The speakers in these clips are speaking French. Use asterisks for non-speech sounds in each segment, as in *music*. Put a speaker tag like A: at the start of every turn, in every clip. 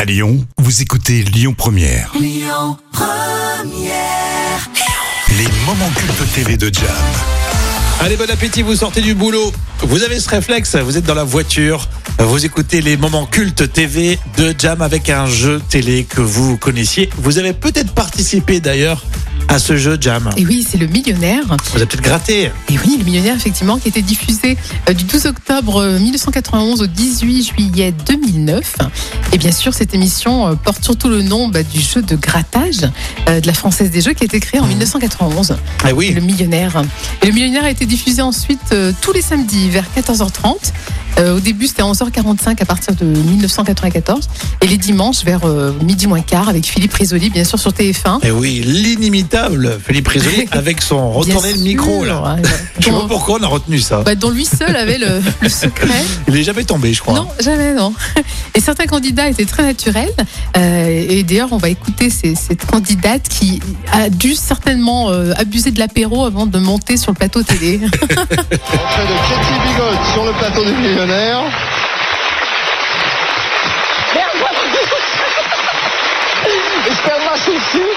A: À Lyon, vous écoutez Lyon Première. Les moments cultes TV de Jam.
B: Allez, bon appétit, vous sortez du boulot. Vous avez ce réflexe, vous êtes dans la voiture, vous écoutez les moments cultes TV de Jam avec un jeu télé que vous connaissiez. Vous avez peut-être participé d'ailleurs à ce jeu Jam.
C: Et oui, c'est le millionnaire.
B: Vous avez peut-être gratté.
C: Et oui, le millionnaire, effectivement, qui a été diffusé euh, du 12 octobre euh, 1991 au 18 juillet 2009. Et bien sûr, cette émission euh, porte surtout le nom bah, du jeu de grattage euh, de la Française des Jeux qui a été créé en 1991.
B: Ah
C: Et
B: oui,
C: le millionnaire. Et le millionnaire a été diffusé ensuite euh, tous les samedis vers 14h30. Euh, au début, c'était à 11h45 à partir de 1994. Et les dimanches vers euh, midi moins quart avec Philippe Risoli, bien sûr, sur TF1.
B: et eh oui, l'inimitable Philippe
C: *laughs*
B: Risoli avec son
C: Bien
B: retourné de
C: sûr, hein,
B: micro là.
C: ouais, ouais.
B: *laughs* Je sais pas
C: Dont-
B: pourquoi on a retenu ça.
C: bah, dont lui seul avait le, le secret.
B: Il est jamais tombé, je crois.
C: Non, jamais, non. Et certains candidats étaient très naturels. Euh, et d'ailleurs, on va écouter ces- cette candidate qui a dû certainement euh, abuser de l'apéro avant de monter sur le plateau télé.
D: Entrée de Cathy Bigotte sur le plateau des millionnaires.
E: Excuse-moi, je suis
D: Vous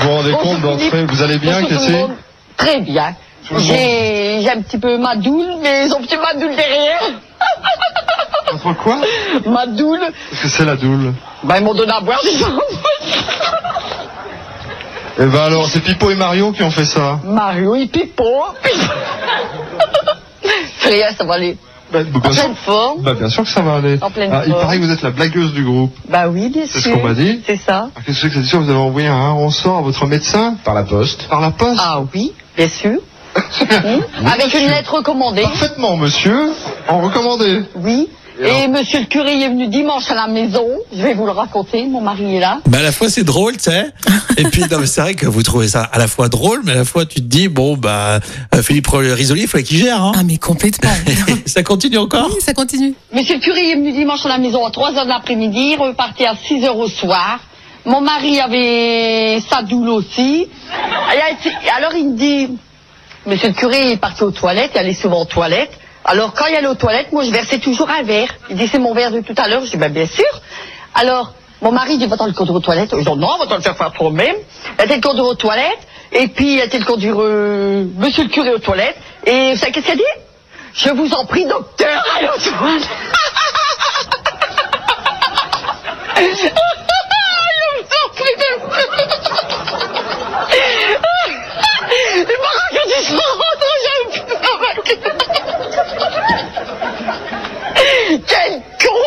D: vous rendez
E: Bonjour
D: compte d'entrée,
E: Philippe.
D: vous allez bien
E: Bonjour tout
D: Cathy
E: le monde. Très bien.
D: le monde.
E: J'ai j'ai un petit peu ma doule, mais ils ont petit ma doule derrière.
D: Entre quoi
E: Ma doule.
D: Qu'est-ce que c'est la doule
E: Bah, ils m'ont donné à boire, disons.
D: Eh ben alors, c'est Pipo et Mario qui ont fait ça.
E: Mario, il pipo.
D: *laughs*
E: Rien, ça va aller.
D: Bah, bah,
E: En
D: bien, sûr,
E: pleine forme.
D: bah, bien sûr que ça va aller.
E: En pleine
D: Ah, il
E: forme.
D: paraît que vous êtes la blagueuse du groupe.
E: Bah oui, bien sûr.
D: C'est ce qu'on m'a dit.
E: C'est ça.
D: Ah, Qu'est-ce que c'est que cette histoire Vous avez envoyé un ressort à votre médecin Par la poste. Par la poste
E: Ah oui,
D: *laughs*
E: bien sûr. Hmm, Avec une lettre recommandée.
D: Parfaitement, monsieur. En recommandé.
E: Oui. Et monsieur le curé est venu dimanche à la maison. Je vais vous le raconter. Mon mari est là.
B: Bah à la fois c'est drôle, tu
C: *laughs*
B: sais. Et puis non, mais c'est vrai que vous trouvez ça à la fois drôle, mais à la fois tu te dis bon bah euh, Philippe Risoli, il fallait qu'il gère. Hein.
C: ah, mais *laughs* complètement.
B: Ça continue encore
C: Oui, ça continue.
E: Monsieur le curé est venu dimanche à la maison à 3 heures de l'après-midi, reparti à 6 heures au soir. Mon mari avait sa doule aussi. Et alors il me dit, monsieur le curé est parti aux toilettes, il allait souvent aux toilettes. Alors quand il allait aux toilettes, moi je versais toujours un verre. Il dit, c'est mon verre de tout à l'heure. Je dis, ben, bien sûr. Alors, mon mari dit, va-t'en le conduire aux toilettes. Je dis, non, va-t'en le faire faire toi-même. Elle était le conduire aux toilettes. Et puis, elle était le conduire, euh, monsieur le curé aux toilettes. Et, vous savez qu'est-ce qu'elle dit? Je vous en prie, docteur, allez aux toilettes. Je vous en prie, docteur. Les marins qui disent, non, j'aime plus ma gueule. Quel con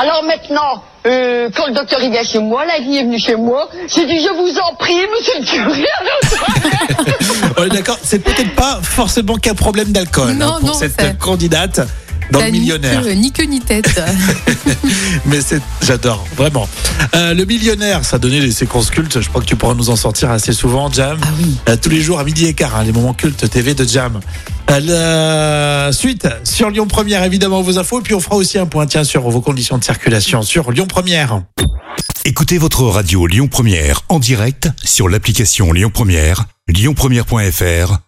E: Alors maintenant, euh, quand le docteur il vient chez moi, la vie est venue chez moi, j'ai dit je vous en prie, monsieur le curé,
B: *laughs* On est d'accord. C'est peut-être pas forcément qu'un problème d'alcool hein,
C: Non,
B: pour
C: non,
B: cette
C: c'est-
B: candidate dans
C: T'as
B: le
C: ni
B: millionnaire.
C: queue- Ni queue ni tête.
B: Mais c'est j'adore vraiment. Euh, le millionnaire, ça donnait les séquences cultes. Je crois que tu pourras nous en sortir assez souvent, Jam.
C: ah oui.
B: Euh, tous les jours à midi et quart, hein, les moments cultes TV de Jam. Euh, la suite sur Lyon Première, évidemment vos infos, et puis on fera aussi un point tiens sur vos conditions de circulation sur Lyon Première.
A: Écoutez votre radio Lyon Première en direct sur l'application Lyon Première, lyonpremière.fr